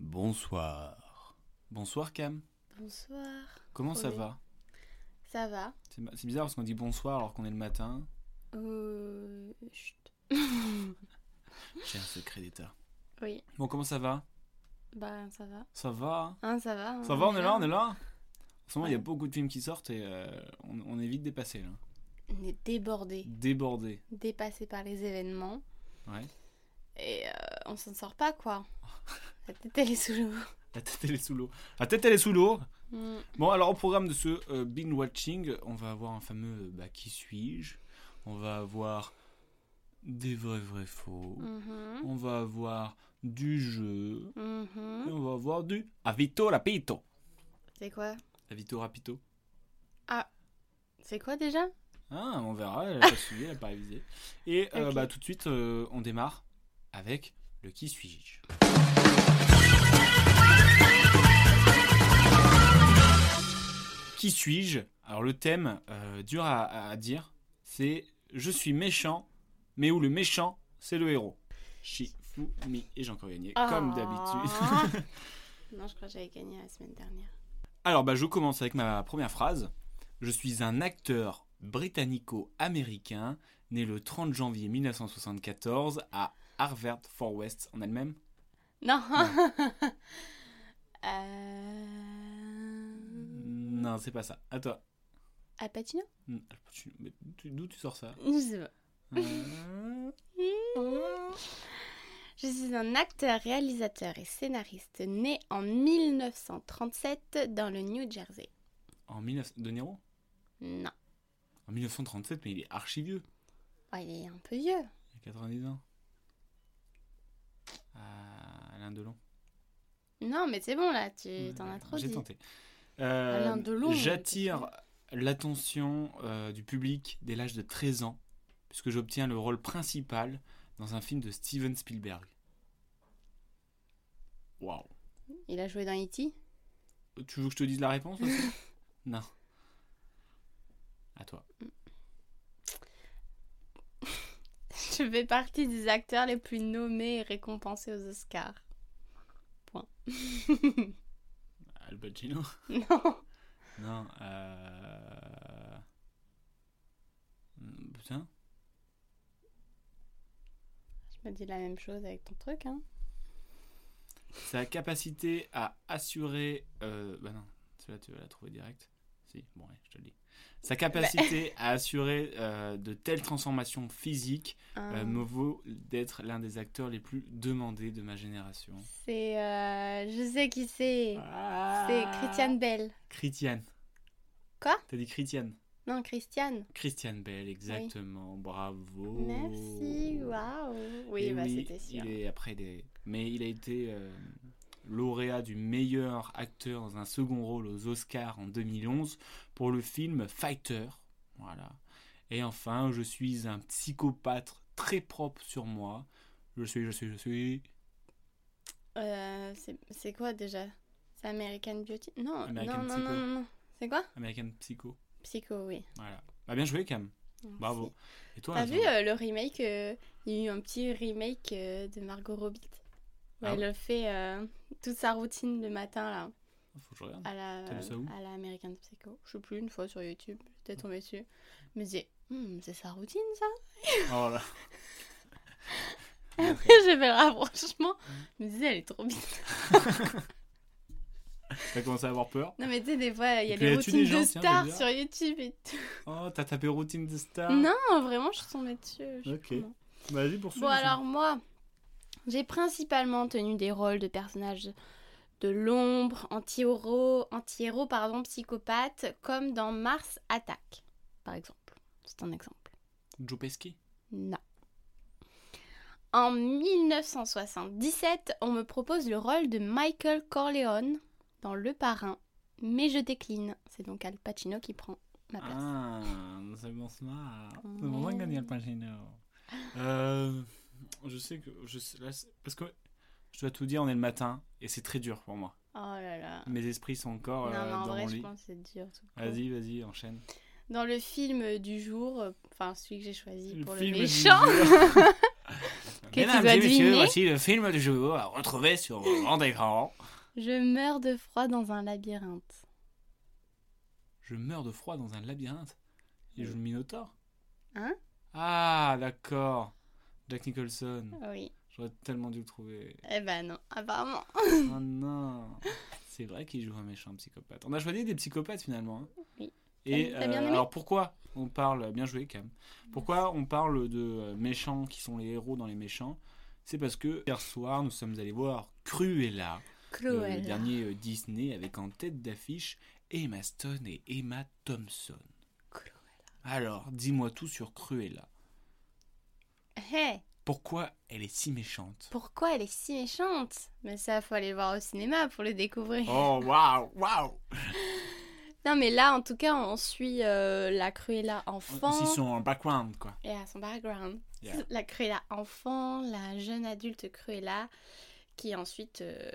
Bonsoir. Bonsoir Cam. Bonsoir. Comment ça Oui. va Ça va C'est c'est bizarre parce qu'on dit bonsoir alors qu'on est le matin. Euh, chut. J'ai un secret d'état. Oui, Bon, comment ça va bah ça va. Ça va Hein, ça va. Ça va, on est là, on est là En ce moment, il y a Ouais. beaucoup de films qui sortent et euh, on, on est vite dépassé là. On est débordé, Débordé. dépassé par les événements. Ouais. Et euh, on s'en sort pas, quoi. La tête, elle est sous l'eau. La tête, elle est sous l'eau. La tête, elle est sous l'eau Mm. Bon, alors au programme de ce euh, binge watching, on va avoir un fameux euh, bah, qui suis-je On va avoir des vrais vrais faux. Mhm. On va avoir du jeu. Mhm. Et on va avoir du avito rapito. C'est quoi Avito rapito. C'est quoi déjà Ah, on verra, elle a pas suivi, elle a pas révisé. Et euh, Ok. bah, tout de suite, euh, on démarre avec le qui suis-je. Qui suis-je Alors le thème, euh, dur à, à dire, c'est je suis méchant, mais où le méchant, c'est le héros. Shifumi, et j'ai encore gagné, comme Ah. d'habitude. Non, je crois que j'avais gagné la semaine dernière. Alors, bah, je commence avec ma première phrase. Je suis un acteur britannico-américain, né le 30 janvier 1974 à Harvard for West, en Allemagne. Non. euh... Non, c'est pas ça. À toi. Al Pacino Hmm, Al Pacino. Mais tu- D'où tu sors ça Je sais pas. Euh, Je suis un acteur, réalisateur et scénariste né en 1937 dans le New Jersey. En 19... De Niro Non. En 1937, mais il est archi vieux. Oh, il est un peu vieux. Il a 90 ans. Ah, Alain Delon. Non, mais c'est bon là, tu t'en as trop Hmm, bah, J'ai dit. Ah, tenté. Euh, Alain Delon, J'attire l'attention euh, du public dès l'âge de 13 ans, puisque j'obtiens le rôle principal dans un film de Steven Spielberg. Waouh. Il a joué dans E E.T. Tu veux que je te dise la réponse aussi Non. À toi. Je fais partie des acteurs les plus nommés et récompensés aux Oscars. Al Pacino Non. Non. Euh... hmm, Putain. Je me dis la même chose avec ton truc, hein. Sa capacité à assurer. euh, bah non, celle-là tu vas la trouver direct. Si, bon, ouais, je te le dis. Sa capacité Bah. à assurer euh, de telles transformations physiques euh, Hum, me vaut d'être l'un des acteurs les plus demandés de ma génération. C'est. euh, Je sais qui c'est. C'est Ah. Christiane Bell. Christiane. Quoi T'as dit Christiane. Non, Christiane. Christiane Bell, exactement. Bravo. Merci, waouh. Oui, Et bah c'était sûr. Il est, après, il est- mais il a été euh, lauréat du meilleur acteur dans un second rôle aux Oscars en 2011 pour le film Fighter. Voilà. Et enfin, je suis un psychopathe très propre sur moi. Je suis, je suis, je suis Euh, c'est- c'est quoi déjà C'est American Beauty Non, American non, non, Psycho. non, non, non. C'est quoi américain psycho. Psycho, oui. Voilà. Bah, bien joué, Cam. Merci. Bravo. Et toi, T'as Nathan vu euh, le remake euh, Il y a eu un petit remake euh, de Margot Robbie. où Ah elle fait euh, toute sa routine le matin là, Faut que je regarde. à la, T'as vu ça où à la American Psycho. Je sais plus, une fois sur YouTube, j'étais tombée dessus. Je me disais, Hmm, c'est sa routine ça Oh là. Après, j'ai fait le rapprochement. Je me disais, elle est trop bien. T'as commencé à avoir peur. Non, mais tu sais, des fois, il Et y a puis, des elle tue des routines gens, de tiens, c'est stars bizarre. sur YouTube et tout. Oh, t'as tapé routine de star. Non, vraiment, je suis tombée dessus. je Ah. Ok. sais pas comment. Vas-y, poursuis. Bon, alors moi, j'ai principalement tenu des rôles de personnages de l'ombre, anti-héros, anti-héros, pardon, psychopathe, comme dans Mars Attack, par exemple. C'est un exemple. Joe Pesci. Non. En 1977, on me propose le rôle de Michael Corleone dans Le Parrain, mais je décline. C'est donc Al Pacino qui prend ma place. Ah, c'est bon smart. C'est Ouais. pour ça qu'on dit Al Pacino. Euh, je sais que. Je sais, là, c'est- parce que je dois tout dire, on est le matin et c'est très dur pour moi. Oh là là. Mes esprits sont encore non, euh, mais en dans vrai, mon je lit. pense que c'est dur. tout court. Vas-y, vas-y, enchaîne. Dans le film du jour, euh, enfin celui que j'ai choisi pour le, film du méchant, jour. Que tu Mesdames dois et messieurs, deviner. voici le film du jour à retrouver sur vos grands écrans. je meurs de froid dans un labyrinthe. Je meurs de froid dans un labyrinthe. Il joue le Minotaure. Hein Ah, d'accord. Jack Nicholson. Oui. J'aurais tellement dû le trouver. Eh ben non, apparemment. Oh non. C'est vrai qu'il joue un méchant psychopathe. On a choisi des psychopathes finalement. hein. Oui. Et T'as- t'as bien euh, aimé alors pourquoi on parle bien joué Cam Pourquoi on parle de euh, méchants qui sont les héros dans les méchants C'est parce que hier soir nous sommes allés voir Cruella, le- le Cruel. dernier euh, Disney avec en tête d'affiche Emma Stone et Emma Thompson. Cruella. Alors dis-moi tout sur Cruella. Eh, Hey, Pourquoi elle est si méchante pourquoi elle est si méchante Mais ça, faut aller voir au cinéma pour le découvrir. Oh waouh waouh Non, mais là, en tout cas, on suit euh, la Cruella enfant Ils sont en background quoi. et à son background. Yeah. La Cruella enfant, la jeune adulte Cruella, qui ensuite euh,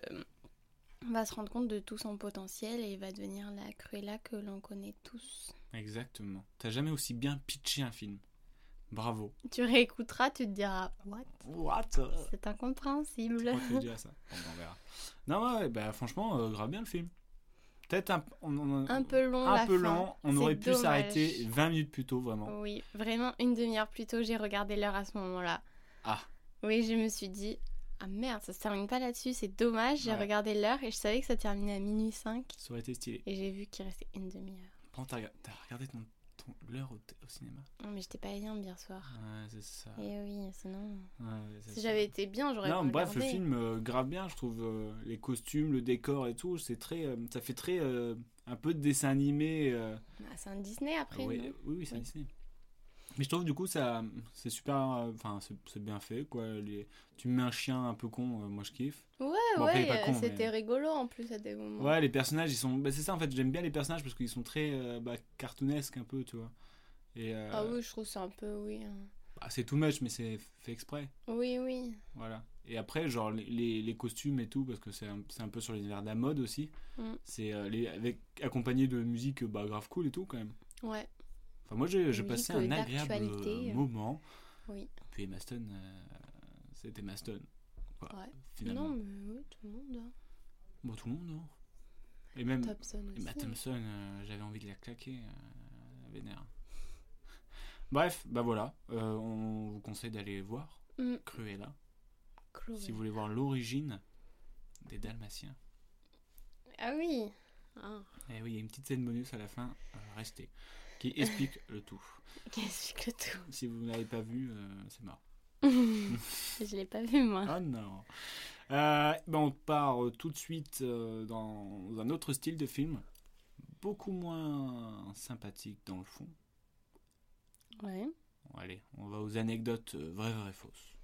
va se rendre compte de tout son potentiel et va devenir la Cruella que l'on connaît tous. Exactement. T'as jamais aussi bien pitché un film. Bravo. Tu réécouteras, tu te diras What What C'est incompréhensible. ça. Bon, ben, on verra. Non, ouais, ouais, bah, franchement, euh, grave bien le film. Peut-être un, on- on- Un peu long, un la peu fin. lent. On C'est aurait pu dommage. s'arrêter 20 minutes plus tôt, vraiment. Oui, vraiment une demi-heure plus tôt, j'ai regardé l'heure à ce moment-là. Ah. Oui, je me suis dit, ah merde, ça se termine pas là-dessus, c'est dommage, j'ai Ouais. regardé l'heure et je savais que ça terminait à minuit 5 Ça aurait été stylé. et j'ai vu qu'il restait une demi-heure. Par contre, T'as rega- t'as regardé ton, ton- l'heure au, t- au cinéma Non, mais j'étais pas bien hier soir. Ouais, c'est ça. Et oui, sinon. Ouais, ouais, c'est Si ça. j'avais été bien, j'aurais Ah. Non, pas bref, le regardé. film euh, grave bien, je trouve. euh, les costumes, le décor et tout, c'est très, euh, ça fait très euh, un peu de dessin animé. euh, Ah, c'est un Disney après, oui, non oui, oui, c'est Oui. Disney. Mais je trouve du coup ça c'est super euh, enfin c'est- c'est bien fait quoi les tu mets un chien un peu con euh, moi je kiffe. Ouais, Bon, après, il est ouais, pas con, euh, c'était mais- rigolo en plus à des moments. Ouais, les personnages ils sont bah, c'est ça en fait, j'aime bien les personnages parce qu'ils sont très euh, bah, cartoonesques un peu, tu vois. Et euh, Ah oui, je trouve ça un peu, oui. hein. bah, c'est tout much mais c'est fait exprès, Oui, oui. voilà. Et après genre les, les, les costumes et tout parce que c'est un, c'est un peu sur l'univers de la mode aussi. Mm. C'est euh, les avec accompagné de musique bah grave cool et tout quand même. Ouais, Enfin moi j'ai j'ai Musique, passé euh, un agréable d'actualité. euh, moment. oui. Puis Emma Stone, euh, c'était Emma Stone. Quoi, Ouais. Finalement. Non, mais oui, tout le monde. hein. Bon, tout le monde, non Mm. Et même Thompson aussi. Emma Thompson, euh, j'avais envie de la claquer, euh, la vénère. Bref, bah voilà, euh, on vous conseille d'aller voir Mm. Cruella, Chloé. si vous voulez voir l'origine des Dalmatiens. Ah oui. Ah. Et oui, il y a une petite scène bonus à la fin, euh, restez, qui explique le tout. Qu'est-ce que tout Si vous ne l'avez pas vu, euh, c'est mort. Je l'ai pas vu moi. Ah non. Euh, ben on part euh, tout de suite euh, dans un autre style de film, beaucoup moins sympathique dans le fond. Ah. Ouais. Bon, allez, on va aux anecdotes euh, vraies, vraies, fausses.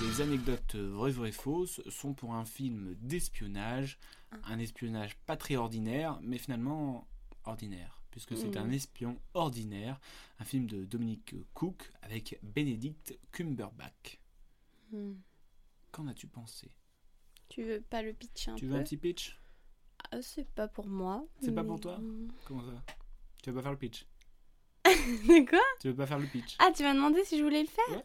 Et les anecdotes euh, vraies, vraies, fausses sont pour un film d'espionnage, Ah. un espionnage pas très ordinaire, mais finalement ordinaire, puisque c'est Mhm. un espion ordinaire, un film de Dominique Cook avec Benedict Cumberbatch. Hmm. Qu'en as-tu pensé Tu veux pas le pitch un Tu peu veux un petit pitch Ah, C'est pas pour moi. Mm. C'est pas mais- pour toi Comment ça Tu veux pas faire le pitch De quoi Tu veux pas faire le pitch Ah, tu m'as demandé si je voulais le faire Ouais.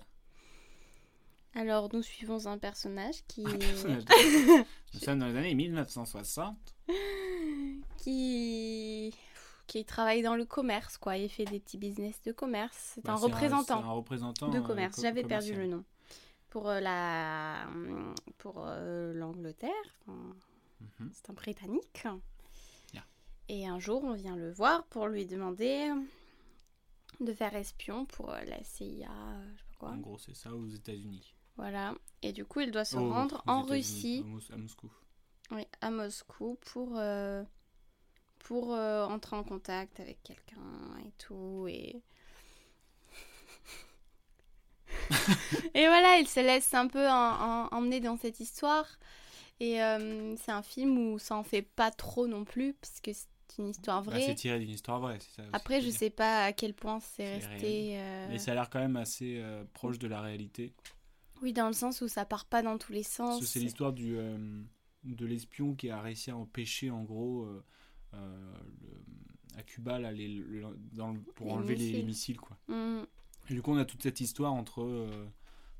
Alors, nous suivons un personnage qui. Un personnage. Nous sommes dans les années 1960. qui. qui travaille dans le commerce, quoi. Il fait des petits business de commerce. C'est Bah, un représentant. c'est un représentant de euh, commerce. co- J'avais perdu commercial. le nom. Pour euh, la, pour euh, l'Angleterre, enfin, Mhm. c'est un Britannique. Yeah. Et un jour, on vient le voir pour lui demander de faire espion pour euh, la CIA, euh, je sais pas quoi. En gros, c'est ça aux États-Unis. Voilà. Et du coup, il doit se Oh, Aux- rendre aux en États-Unis, Russie, à Mos- À Moscou. oui, à Moscou, pour euh, pour euh, entrer en contact avec quelqu'un et tout. Et... et voilà, il se laisse un peu en- en- emmener dans cette histoire. Et euh, c'est un film où ça en fait pas trop non plus, parce que c'est une histoire Bah, c'est vraie. tiré d'une histoire vraie, c'est ça. aussi Après, qu'il je faut sais pas à quel point c'est C'est resté. euh, dire. Mais ça a l'air quand même assez euh, proche de la réalité. Oui, dans le sens où ça part pas dans tous les Parce sens. que c'est l'histoire du euh, de l'espion qui a réussi à empêcher en gros euh, euh, le- à Cuba là, les- le- dans le- pour Les enlever les missiles. missiles quoi. Mm. Et du coup on a toute cette histoire entre euh,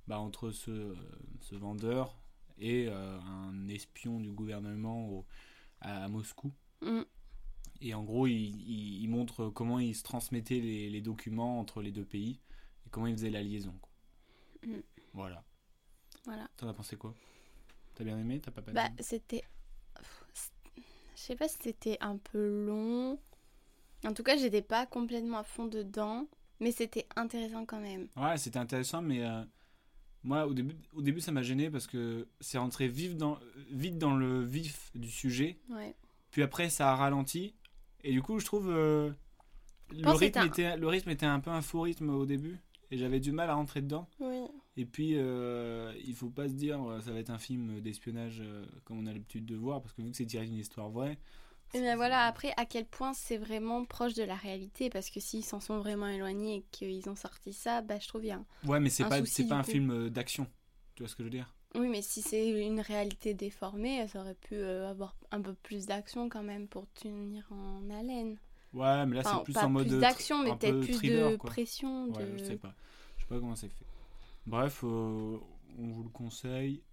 bah, entre ce, euh, ce vendeur et euh, un espion du gouvernement au- à, à Moscou. Mm. Et en gros, il, il- il montre comment ils se transmettaient les, les documents entre les deux pays et comment ils faisaient la liaison. quoi. Mm. Voilà. Voilà. T'en as pensé quoi T'as bien aimé T'as pas pas Bah, c'était. Pff, c'est- Je sais pas si c'était un peu long. En tout cas, j'étais pas complètement à fond dedans, mais c'était intéressant quand même. Ouais, c'était intéressant, mais euh, moi, au début, au début, ça m'a gêné parce que c'est rentré vif dans, vite dans le vif du sujet. Ouais. Puis après, ça a ralenti. Et du coup, je trouve euh, le, pense que rythme t'as- était, le rythme était un peu un faux rythme au début. Et j'avais du mal à rentrer dedans. Oui. Et puis, euh, il faut pas se dire, euh, ça va être un film d'espionnage euh, comme on a l'habitude de voir, parce que vu que c'est tiré d'une histoire vraie. Et c'est- bien voilà, après, à quel point c'est vraiment proche de la réalité, parce que s'ils s'en sont vraiment éloignés et qu'ils ont sorti ça, bah je trouve bien. Ouais, mais c'est un pas, souci, c'est du pas un coup. film euh, d'action. Tu vois ce que je veux dire Oui, mais si c'est une réalité déformée, ça aurait pu euh, avoir un peu plus d'action quand même pour tenir en haleine. Ouais, mais là, Enfin, c'est plus pas en mode. plus euh, d'action, thr- mais un peu peut-être plus thriller, de quoi. pression. Ouais, de... je sais pas. Je sais pas comment c'est fait. Bref, euh, on vous le conseille.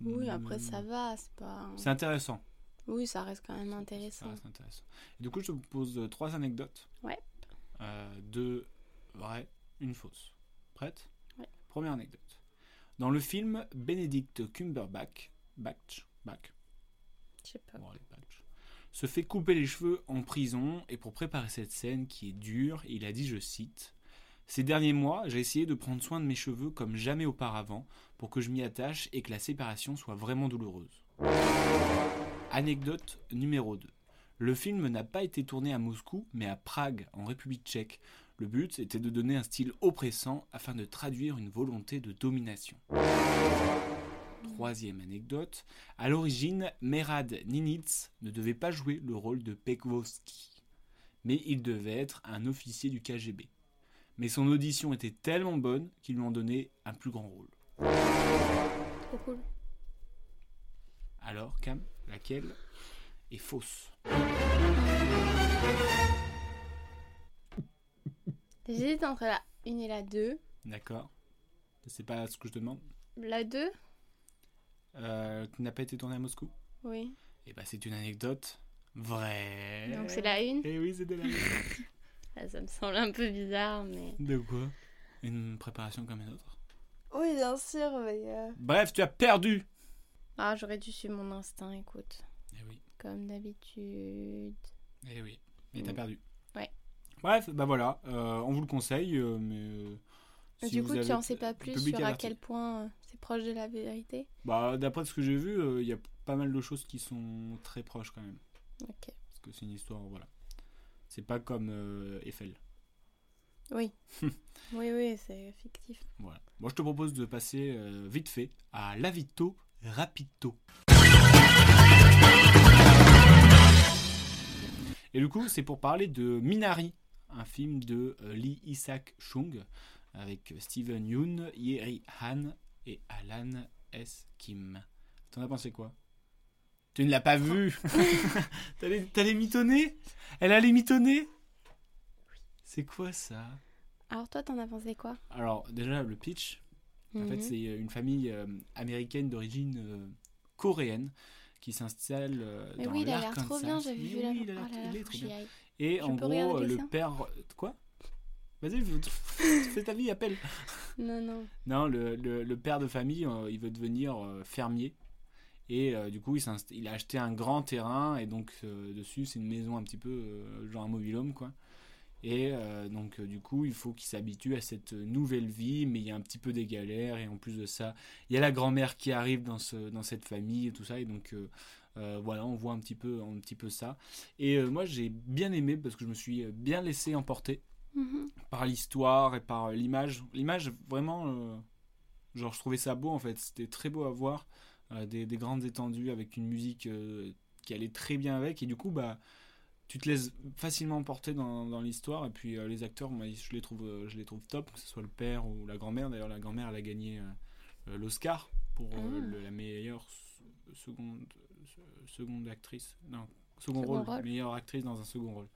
Oui, Hmm. après ça va, c'est pas. C'est intéressant. Oui, ça reste quand même Ça intéressant. reste intéressant. Et du coup, je te propose euh, trois anecdotes. Ouais. Euh, deux vraies, une fausse. Prête Ouais. Première anecdote. Dans le film, Benedict Cumberbatch, Batch, Back, Je sais pas. Bon, allez, patch. se fait couper les cheveux en prison et pour préparer cette scène qui est dure, il a dit, je cite, Ces derniers mois, j'ai essayé de prendre soin de mes cheveux comme jamais auparavant pour que je m'y attache et que la séparation soit vraiment douloureuse. Anecdote numéro 2. Le film n'a pas été tourné à Moscou, mais à Prague, en République tchèque. Le but était de donner un style oppressant afin de traduire une volonté de domination. Troisième anecdote. À l'origine, Merad Ninitz ne devait pas jouer le rôle de Pekvowski, mais il devait être un officier du KGB. Mais son audition était tellement bonne qu'ils lui ont donné un plus grand rôle. Trop cool. Alors, Cam, laquelle est fausse J'hésite entre la 1 et la 2. D'accord C'est pas ce que je demande. La 2 Euh, qui n'a pas été tourné à Moscou Oui. Eh ben, c'est une anecdote vraie. Donc c'est la 1. Eh oui, c'était la Ça me semble un peu bizarre, mais. De quoi Une préparation comme une autre. Oui, bien sûr, mais. euh, Bref, tu as perdu Ah, j'aurais dû suivre mon instinct, écoute. Eh oui. Comme d'habitude. Eh oui, Mm. mais t'as perdu. Ouais. Bref, bah voilà, euh, on vous le conseille, euh, mais. euh, si du vous coup, tu avez- en sais pas plus Public sur à averti. quel point euh, c'est proche de la vérité Bah, d'après ce que j'ai vu, euh, il y a pas mal de choses qui sont très proches quand même. Ok. Parce que c'est une histoire, voilà. C'est pas comme euh, Eiffel. Oui. oui, oui, c'est fictif. Voilà. Moi, je te propose de passer euh, vite fait à l'avito rapito. Et du coup, c'est pour parler de Minari, un film de euh, Lee Isaac Chung avec Steven Yeun, Yeri Han et Alan S. Kim. T'en as pensé quoi Tu ne l'as pas vu T'as les- T'as les mitonnés Elle a les mitonnés C'est quoi ça Alors, toi, t'en as pensé quoi alors, déjà, le pitch, en fait, Mhm. c'est euh, une famille euh, américaine d'origine euh, coréenne qui s'installe euh, Mais dans oui, il a l'air l'Arkansas. trop bien, j'avais Mais vu la. oui, il a l'air oh là là, il est faut trop que j'y bien. aille. Et Je en peux regarder gros, le euh, le dessin père. Quoi Vas-y, vous- fais ta vie, appelle. Non, non. Non, le, le- le père de famille, euh, il veut devenir euh, fermier. Et euh, du coup, il, s'inst- il a acheté un grand terrain. Et donc, euh, dessus, c'est une maison un petit peu euh, genre un mobil-home, quoi. Et euh, donc, euh, du coup, il faut qu'il s'habitue à cette euh, nouvelle vie. Mais il y a un petit peu des galères. Et en plus de ça, il y a la grand-mère qui arrive dans, ce, dans cette famille et tout ça. Et donc, euh, Euh, voilà, on voit un petit peu, un petit peu ça. Et euh, moi, j'ai bien aimé parce que je me suis euh, bien laissé emporter Mhm. par l'histoire et par euh, l'image. L'image, vraiment, euh, genre, je trouvais ça beau en fait. C'était très beau à voir. euh, des, des grandes étendues avec une musique euh, qui allait très bien avec. Et du coup, bah, tu te laisses facilement emporter dans, dans l'histoire. Et puis, euh, les acteurs, moi, je, les trouve, euh, je les trouve top, que ce soit le père ou la grand-mère. D'ailleurs, la grand-mère, elle a gagné euh, euh, l'Oscar pour euh, Ah. le- la meilleure s- seconde, seconde actrice. Non, second, Second rôle, rôle. meilleure actrice dans un second rôle.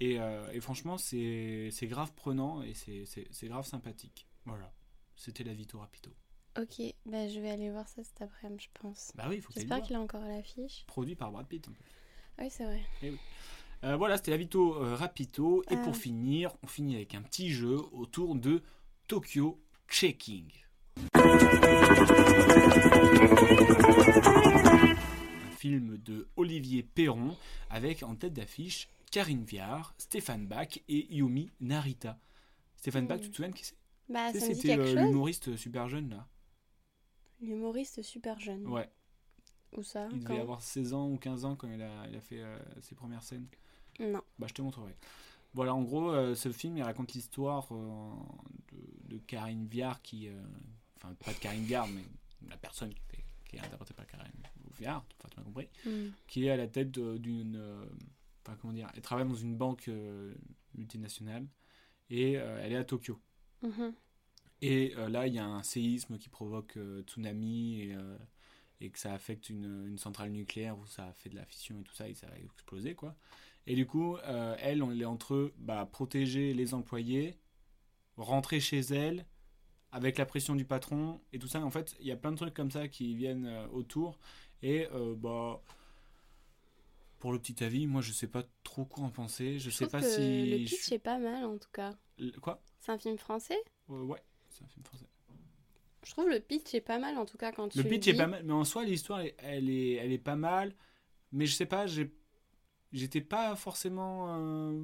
Et, euh, et franchement, c'est c'est grave prenant et c'est- c'est c'est grave sympathique. Voilà. C'était la Vito Rapito. Ok, bah, je vais aller voir ça cet après-midi, je pense. Bah oui, il faut que t'ailles le J'espère voir. qu'il a encore l'affiche. Produit par Brad Pitt. un peu. Ah oui, c'est vrai. Euh, voilà, c'était la Vito euh, Rapito. Et Ah. pour finir, on finit avec un petit jeu autour de Tokyo Checking. Un film de Olivier Perron avec en tête d'affiche Karine Viard, Stéphane Bach et Yumi Narita. Stéphane Bach, Hmm. tu te souviens qui c'est Bah, Tu ça sais, me dit C'était quelque euh, chose. l'humoriste super jeune là. L'humoriste super jeune. Ouais, Ou ça il devait quand avoir 16 ans ou 15 ans quand il a, il a fait euh, ses premières scènes. Non. Bah, je te montrerai. Voilà, en gros, euh, ce film, il raconte l'histoire euh, de, de Karine Viard qui... euh, Enfin, pas de Karine Viard, mais la personne qui, était- qui est interprétée par Karine Viard, enfin, tu m'as compris, Hmm. qui est à la tête euh, d'une... euh, Enfin, comment dire Elle travaille dans une banque euh, multinationale et euh, elle est à Tokyo. Mhm. Et euh, là, il y a un séisme qui provoque euh, tsunami et, euh, et que ça affecte une, une centrale nucléaire où ça fait de la fission et tout ça et ça va exploser quoi. Et du coup, euh, elle, on est entre eux, bah, protéger les employés, rentrer chez elle avec la pression du patron et tout ça. En fait, il y a plein de trucs comme ça qui viennent euh, autour et euh, bah. Pour le petit avis, moi je sais pas trop quoi en penser. Je, Je sais pas trouve que si. le je pitch suis- est pas mal en tout cas. Le- Quoi C'est un film français Euh, Ouais, c'est un film français. Je trouve le pitch est pas mal en tout cas quand tu Le pitch dis. est pas mal, mais en soi, l'histoire, elle- elle est, elle est pas mal. Mais je sais pas, j'ai- j'étais pas forcément. euh,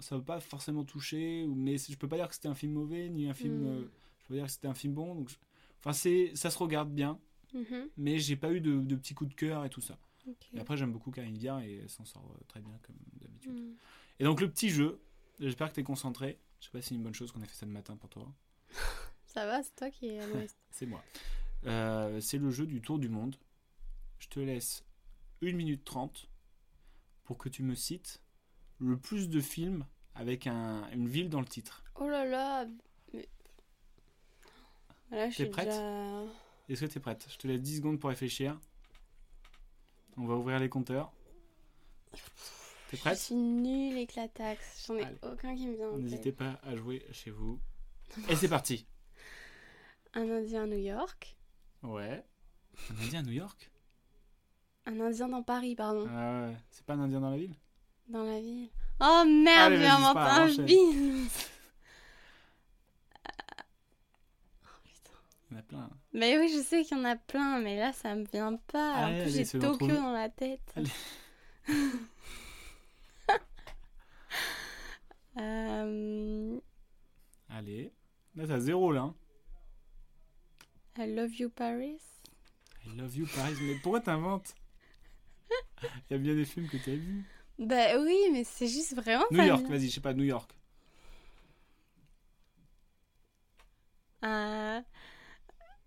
ça m'a pas forcément touché, ou- mais c'est- je peux pas dire que c'était un film mauvais, ni un film. Mm. euh, je peux pas dire que c'était un film bon. Donc je- Enfin, c'est- ça se regarde bien, Mhm. mais j'ai pas eu de, de petits coups de cœur et tout ça. Ok. Et après, j'aime beaucoup Karine Viard et elle s'en sort euh, très bien, comme d'habitude. Hmm. Et donc, le petit jeu, j'espère que t'es concentré. Je sais pas si c'est une bonne chose qu'on ait fait ça le matin pour toi. Ça va, c'est toi qui es à l'ouest. C'est moi. Euh, c'est le jeu du tour du monde. Je te laisse 1 minute 30 pour que tu me cites le plus de films avec un- une ville dans le titre. oh là là mais... Là, je T'es suis prête déjà... Est-ce que tu es prête Je te laisse 10 secondes pour réfléchir. On va ouvrir les compteurs. T'es Je prête suis nulle éclataxe. J'en ai Allez. aucun qui me vient en tête. N'hésitez pas à jouer chez vous. Et c'est parti Un Indien à New York. Ouais. Un Indien à New York Un Indien dans Paris, pardon. Ah ouais. C'est pas un Indien dans la ville Dans la ville. Oh merde, Allez, j'ai vas-y, c'est inventé pas grave, un enchaîne. business. Il y en a plein. Mais oui, je sais qu'il y en a plein, mais là, ça me vient pas. Allez, en allez, plus, c'est j'ai bon, Tokyo trouve- dans la tête. Allez. Euh, Allez. Là, t'as zéro là. hein. I love you, Paris. I love you Paris, mais pourquoi t'inventes Il y a bien des films que t'as vus. Bah oui, mais c'est juste vraiment. New pas York, bien. vas-y, je sais pas, New York. Euh,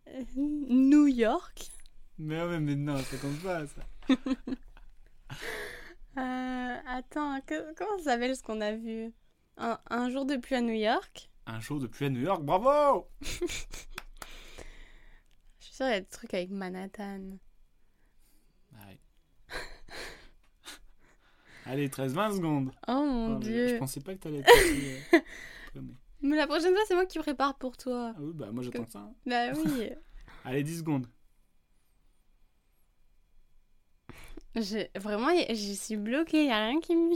euh, New York. Mais ouais, mais non, ça compte pas ça. Euh, attends, que- comment ça s'appelle ce qu'on a vu un, un jour de pluie à New York. Un jour de pluie à New York, bravo Je suis sûre qu'il y a des trucs avec Manhattan. Bah Allez. Allez, 13-20 secondes. Oh mon Oh, mais Je dieu. pensais pas que t'allais être aussi, euh, prenée. Mais la prochaine fois, c'est moi qui prépare pour toi. Ah oui, bah moi j'attends ça. hein. Bah oui. Allez, 10 secondes. J'ai- Vraiment, y- je suis bloquée, y a rien qui me.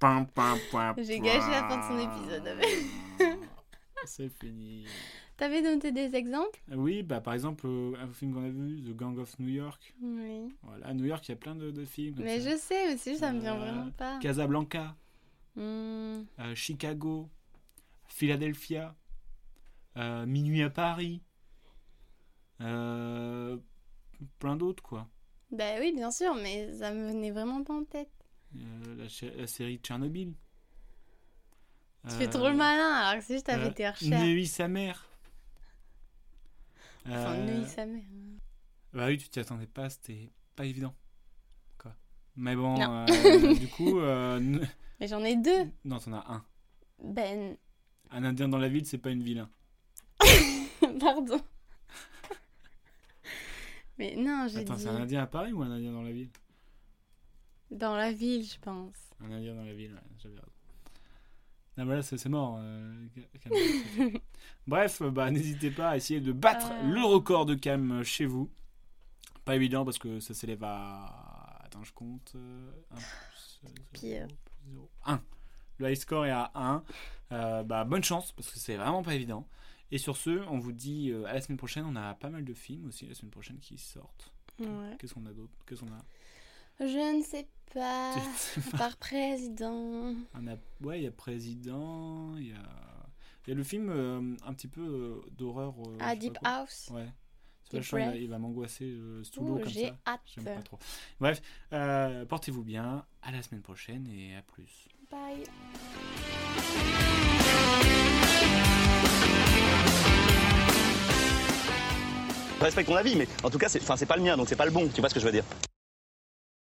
Pam, pam, pam, J'ai pam. gâché la fin de son épisode ah avec. C'est fini. T'avais noté des exemples Oui, bah par exemple, euh, un film qu'on a vu, The Gang of New York. Oui. Voilà, à New York, il y a plein de, de films. comme Mais ça. je sais, mais c'est juste, ça me vient Euh, vraiment pas. Casablanca, Hmm. euh, Chicago, Philadelphia, euh, Minuit à Paris, euh, plein d'autres quoi. Bah oui, bien sûr, mais ça me venait vraiment pas en tête. Euh, la, cha- la série Tchernobyl. Tu fais trop le malin alors que c'est juste euh, avec tes recherches. Neuilly sa mère. Enfin, Euh, Neuilly, sa mère. Bah oui, tu t'y attendais pas, c'était pas évident. Quoi. Mais bon, Non. euh, du coup, euh, n- Mais j'en ai deux. non, t'en as un. Ben, Un indien dans la ville, c'est pas une ville. hein. pardon. mais non, j'ai Attends, dit c'est un indien à Paris ou un indien dans la ville dans la ville, je pense. Un indien dans la ville, ouais, j'avais raison. Non, mais là, c'est c'est mort. euh, Cam- Cam- Bref, bah, n'hésitez pas à essayer de battre Euh. le record de Cam euh, chez vous. Pas évident parce que ça s'élève à. Attends, je compte. 1 plus euh, Pire. 1. Le high score est à 1. bah, bonne chance parce que c'est vraiment pas évident. Et sur ce, on vous dit euh, à la semaine prochaine. On a pas mal de films aussi la semaine prochaine qui sortent. Ouais. Qu'est-ce qu'on a d'autre Qu'est-ce qu'on a Je ne sais pas. Je sais pas. À part président. On a- ouais, il y a Président, il y a... il y a le film euh, un petit peu euh, d'horreur. euh, je Ah, sais Deep pas House. quoi. Ouais. Celui-là, Deep je sens, il va- Breath. il va m'angoisser euh, sous l'eau Ouh, comme j'ai ça. hâte. J'aime pas trop. Bref, euh, portez-vous bien, à la semaine prochaine et à plus. Bye. Je respecte ton avis, mais en tout cas, c'est enfin, c'est pas le mien, donc c'est pas le bon. Tu vois ce que je veux dire